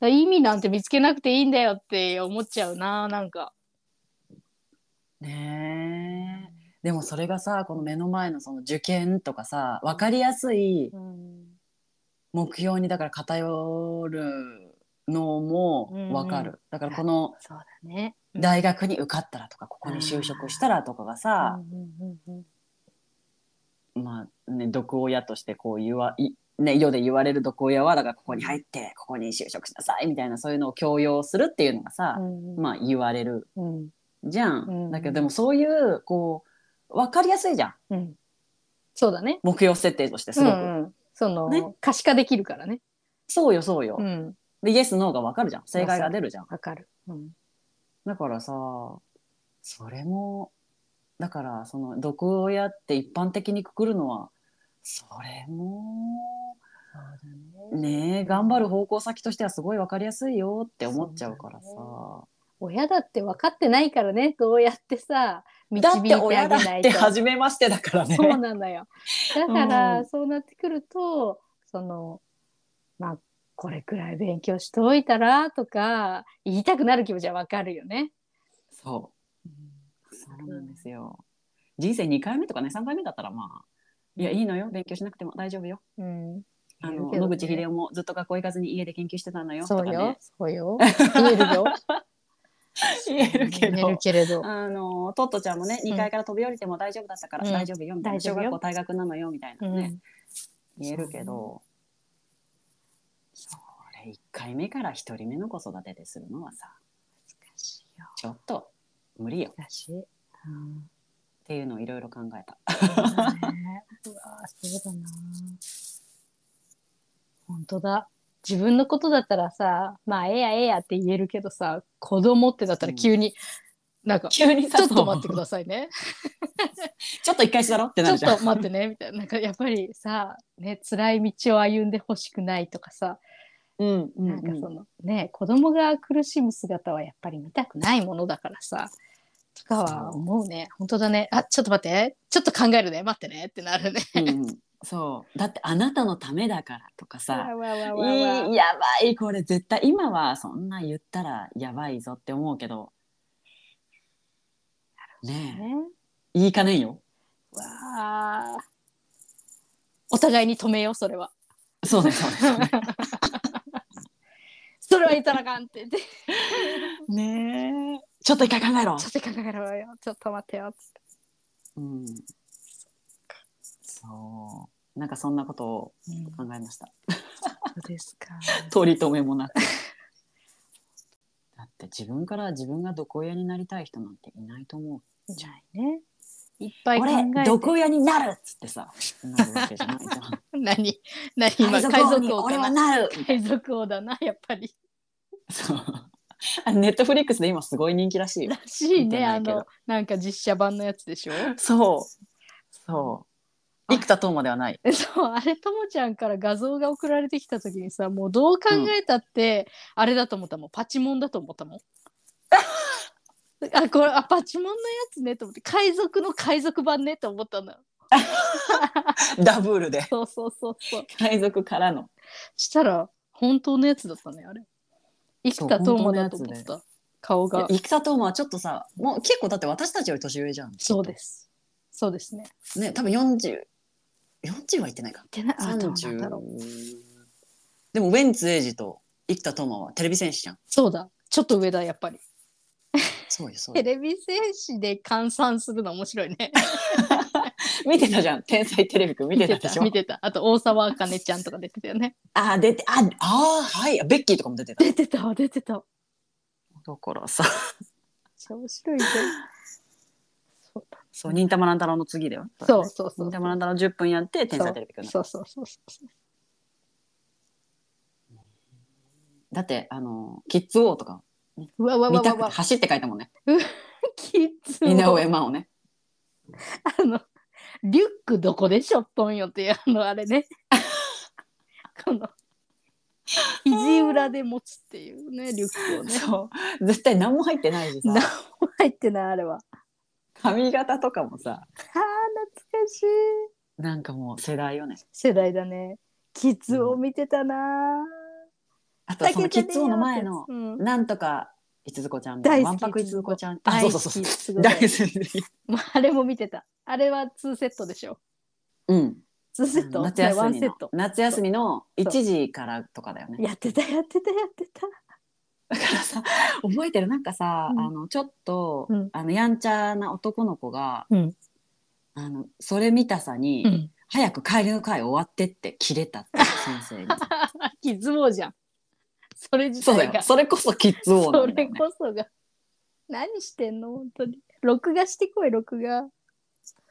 B: だ意味なんて見つけなくていいんだよって思っちゃうななんか。
A: ねえでもそれがさこの目の前のその受験とかさ分かりやすい
B: うん
A: 目標にだから偏るのも分かる、
B: う
A: だからこの
B: そうだね。
A: 大学に受かったらとかここに就職したらとかがさ、
B: うんうんうんうん
A: まあね、毒親としてこう言わい、ね、世で言われる毒親はだからここに入ってここに就職しなさいみたいなそういうのを強要するっていうのがさ、
B: うんうん
A: まあ言われる
B: うん
A: じゃん、
B: うん
A: だけどでもそういうこう分かりやすいじゃん
B: うんそうだね。
A: 目標設定としてす
B: う
A: ごく、
B: んうんその、
A: ね
B: 可視化できるからね。
A: そうよそうよ、
B: うん、
A: でイエスノーが分かるじゃん正解が出るじゃん
B: わかる。うん
A: だからさそれもだからその毒親って一般的にくくるのはそれもねえ頑張る方向先としてはすごい分かりやすいよって思っちゃうからさ
B: 親だって分かってないからねどうやってさ
A: だ
B: 導
A: っ
B: い
A: て
B: てあげ
A: 親だっ
B: ないと
A: て初めましてだからね
B: そうなのよだから、
A: うん
B: そうなってくるとそのまあこれくらい勉強しといたらとか言いたくなる気持ちは分かるよね。
A: そうそうなんですよ人生2回目とかね3回目だったらまあいやいいのよ勉強しなくても大丈夫よ
B: うん、
A: あ
B: 言う
A: の
B: けど
A: 野
B: ね
A: 口英世もずっと学校行かずに家で研究してたのよと
B: そ
A: か
B: うよ
A: ね
B: そ うよ言えるよ
A: 言えるけ
B: 言え
A: ど
B: るけれど。
A: あのトットちゃんもね
B: うん
A: 2階から飛び降りても大丈夫だったから、
B: うん
A: 大丈夫よみたいな
B: 大丈
A: 小
B: 夫よ
A: 学校退学なのよみたいなね、
B: ん
A: 言えるけどそれ1回目から1人目の子育てでするのはさ
B: 難しいよ
A: ちょっと無理よっ
B: 難しい。うん
A: ていうのをいろいろ考えた
B: そうだねうわそうだな本当だ自分のことだったらさまあええやええやって言えるけどさ子供ってだったら急に、なんか ち
A: 急に
B: ょっと待ってくださ いね
A: ちょっと一回しだろって
B: ち
A: な
B: ょ
A: る
B: っ
A: じゃん
B: と待ってねみたいななんかやっぱりさね辛い道を歩んでほしくないとかさ
A: うんうん
B: なんかその、ね子供が苦しむ姿はやっぱり見たくないものだからさとかは思うね本当だねあちょっと待ってちょっと考えるね待ってねってな るね。
A: うんうんそうだってあなたのためだからとかさ
B: わわわわわ
A: いいやばいこれ絶対今はそんな言ったらやばいぞって思うけどね
B: ね
A: え言いかねんよ
B: わあ。お互いに止めよう、それは。
A: そうねそうね
B: それは言ったらあかん って言って。ち
A: ねえちょっと一回考えろ
B: ょっと考えろよ。ちょっと待ってよ。つって
A: うんそうなんかそんなことを考えました
B: そうですか。
A: 取り留めもなく だって自分から自分が毒親になりたい人なんていないと思う
B: じゃあね。いっぱい考
A: 俺
B: えて。
A: 毒親になるっつってさなるわけじゃないじゃ ん
B: 何何今
A: 海
B: 海
A: 賊王
B: 賊
A: に
B: 王
A: 俺
B: だ
A: は
B: な。
A: なる
B: 海賊王だな、やっぱり。
A: そうあネットフリックスで今すごい人気らしいよ
B: らしい
A: 見て
B: ね、
A: な
B: あ
A: いけど
B: の、なんか実写版のやつでしょ。
A: そうそう生田斗真ではない
B: そう、あれ、ともちゃんから画像が送られてきた時にさ、もうどう考えたって、あれだと思ったもん。パチモンだと思ったもん。あ、これ、あ、パチモンのやつねと思って、海賊の海賊版ねと思ったのよ。
A: ダブルで
B: そうそうそうそう。
A: 海賊からの
B: したら、本当のやつだったね、あれ。生きたともだと思っ
A: そ
B: た。
E: 顔が。
A: 生田斗真はちょっとさもう結構だって私たちより年上じゃん
B: そうです。そうですね。
A: ね多分4040はいってないか
B: ってな、あ、どうなんだろう。
A: 30でもウェンツエイジと生田斗真はテレビ戦士じゃん
B: そうだ。ちょっと上だ、やっぱり。
A: そうよそう
B: テ
A: よ
B: レビ戦士で換算するの面白いね。
A: 見てたじゃん「天才テレビくん」見てたでしょ
B: 見てた。あと、大沢あかねちゃんとか出てたよね。
A: あ出てああーはいベッキーとかも出てた
B: 出てたわ、出てたわ。
A: だからさ
B: めっちゃ面白いじゃん。そうだ
A: そう忍たま乱太郎の次だよ
B: そうそうそう
A: 忍。たま乱太郎10分やって天才テレビくんだ
B: そうそうそうそう。
A: だってあのキッズ王とか
B: うわうわう
A: 見
B: わう
A: た
B: わ
A: く
B: う
A: て
B: わ。
A: 走って書いたもんね
B: キッズ
A: 稲
B: を
A: 尾絵馬をね
B: あの、リュックどこでしょっとんよっていう、あの、あれね。 この、肘裏で持つっていうね、リュックをね。
A: そう絶対何も入ってないし
B: 何も
A: さ
B: 入ってない、あれは。
A: 髪型とかもさ
B: あー、懐かしい。
A: なんかもう世代よね
B: 世代だね。キッズを見てたなぁ。
A: あとそのキッズ王の前の
B: うん
A: なんとかいつずこちゃんも
B: 大好き
A: わんぱくいつずこちゃんあ
B: 大
A: そ
B: 好
A: うそうそ
B: き
A: う
B: すごい
A: 大好き
B: もうあれも見てた。あれは2セットでしょ。
A: うん
B: 2セット、
A: 夏
B: ワ
A: 休
B: ン
A: み
B: セッ
A: の
B: ト。
A: 夏休みの
B: そう
A: 1時からとかだよね
B: やってた、やってた、やってた。
A: だからさ覚えてるなんかさ、
B: うん
A: あのちょっと、
B: うん
A: あのやんちゃな男の子が、
B: うん
A: あのそれ見たさに、
B: うん。
A: 早く帰りの会終わってって切れたっていう先生に
B: キッズ王じゃん。 それ自
A: そうだ
B: 体
A: よ
B: が。
A: それこそキッズ王な
B: そ
A: んだ
B: れ
A: よ、ね、
B: こそが。何してんの本当に。録画してこい、録画。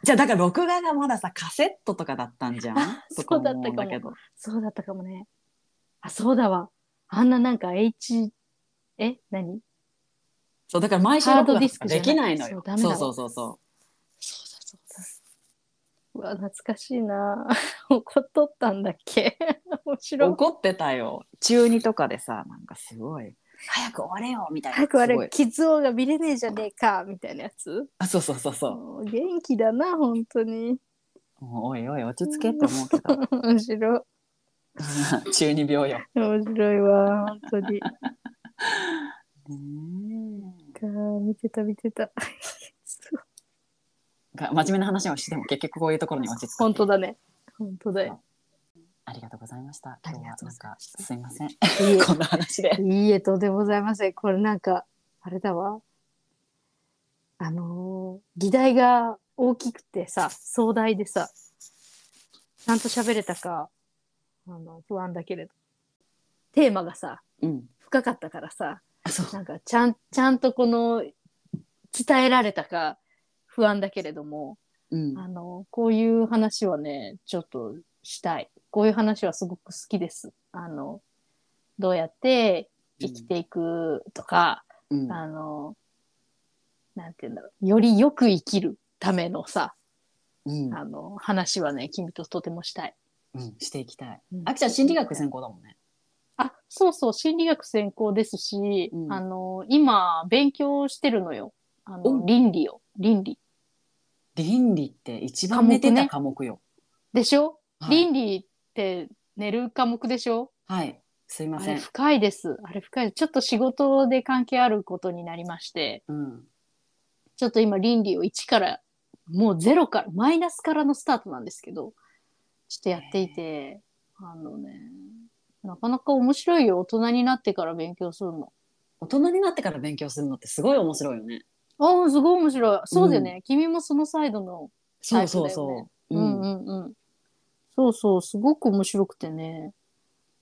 A: じゃあだから録画がまださカセットとかだったんじゃん
B: あ
A: とか
B: そうだっ
A: 思
B: た
A: うんだけど
B: そうだったかもね。あ、そうだわ。あんななんか H、え何
A: そうだから毎週録画とかできないの
B: ハードディス
A: よ
B: クじゃないそうダメだ
A: そうそう
B: わ
A: そうそ
B: そうだそうだ。うわ、懐かしいな。 怒っとったんだっけ 面
A: う
B: 白い。
A: 怒ってたよ中二とかでさなんかすごい早く終われよみたいな
B: 早くあ
A: すご
B: れ、
A: い
B: キッズ王が見れねえじゃねえか、みたいなやつ。
A: あ そうそうそうそう
B: もう元気だな、本当に。
A: もうおいおい落ち着けって思うけど
B: 面白い。
A: 中二病よ。
B: 面白いわ、本当に。か見てた、見てた。
A: が真面目な話をしても結局こういうところに落ち着く。
B: 本当だね。本当だよ。
A: ありがとうございました。
B: あ
A: 今
B: り
A: 日は
B: が
A: な
B: とうご
A: ん
B: ざい
A: か
B: ました
A: すいません。
B: いい え
A: こんな話で。
B: いいえ、とんでもございません。これなんか、あれだわ。あのー議題が大きくてさ、壮大でさ、ちゃんと喋れたか、あの、不安だけれど。テーマがさ、
A: うん。
B: 深かったからさ、
A: あそう。
B: なんか、ちゃん、ちゃんとこの、伝えられたか、不安だけれども、
A: うん。
B: あの、こういう話はね、ちょっとしたい。こういう話はすごく好きです。あの、どうやって生きていくとか、
A: うん。
B: あの、なんて言うんだろう。よりよく生きるためのさ、
A: うん。
B: あの、話はね、君ととてもしたい。
A: うん。していきたい
B: うん。
A: あきちゃん心理学専攻だもんね。
B: あ、そうそう、心理学専攻ですし、
A: うん
B: あの、今、勉強してるのよ。あ
A: お
B: の、倫理を。倫理。
A: 倫理って一番寝てた科目よ。
B: でしょ、
A: はい
B: 倫理って寝る科目でしょ
A: はい。すいま
B: あ
A: せ
B: れ
A: ん。
B: 深いです。あれ深い。ちょっと仕事で関係あることになりまして、
A: うん。
B: ちょっと今倫理を1から、もうゼロから、マイナスからのスタートなんですけど、ちょっとやっていて、あのね、なかなか面白いよ。大人になってから勉強するの。
A: 大人になってから勉強するのってすごい面白いよね。
B: ああ、すごい面白い。そうだよね。君もそのサイドの。
A: そうそうそう。う
B: う
A: んん。
B: うんうん。そうそう、すごく面白くてね。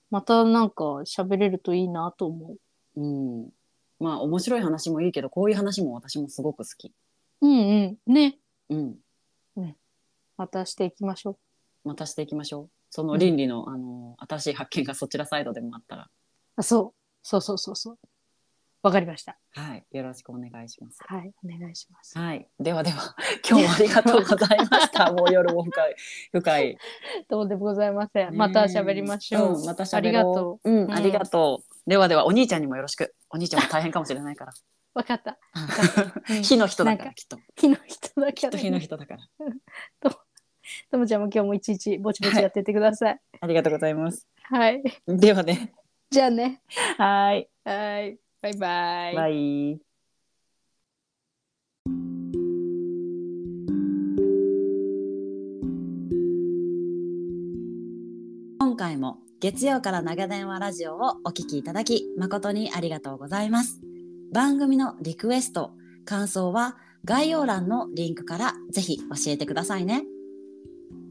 B: またなんか喋れるといいなと思う。
A: うん。まあ面白い話もいいけど、こういう話も私もすごく好き。
B: うんうん。ね。
A: うん。
B: またしていきましょう。
A: またしていきましょう。その倫理の、あの新しい発見がそちらサイドでもあったら、
B: あ、そう。そうそうそうそう。わかりました。
A: はい、よろしくお願いします。
B: はい。お願いします。
A: はい、ではでは、 今日もありがとうございま した。もう夜も深い、深 い。
B: どうでもございません。また喋りましょう。
A: んまた喋ろう。
B: ありがと
A: う。
B: うん
A: ん、ありがとう。ではでは、お兄ちゃんにもよろしく。お兄ちゃんも大変かもしれない から。
B: う。わかった。うん
A: 火の人だか
B: なん
A: ら、
B: か
A: きっと。
B: 火の人だ
A: き
B: け
A: っと火の人だから。
B: ともちゃんも今日もいちいちぼちぼちやってってください。
A: ありがとうございます。
B: はい。
A: ではね。
B: じゃあね。
A: はい。
B: はい。
C: バイバイ。
A: バイ。今回も月曜から長電話ラジオをお聞きいただき誠にありがとうございます番組のリクエスト感想は概要欄のリンクからぜひ教えてくださいね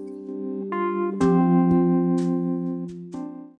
C: さい。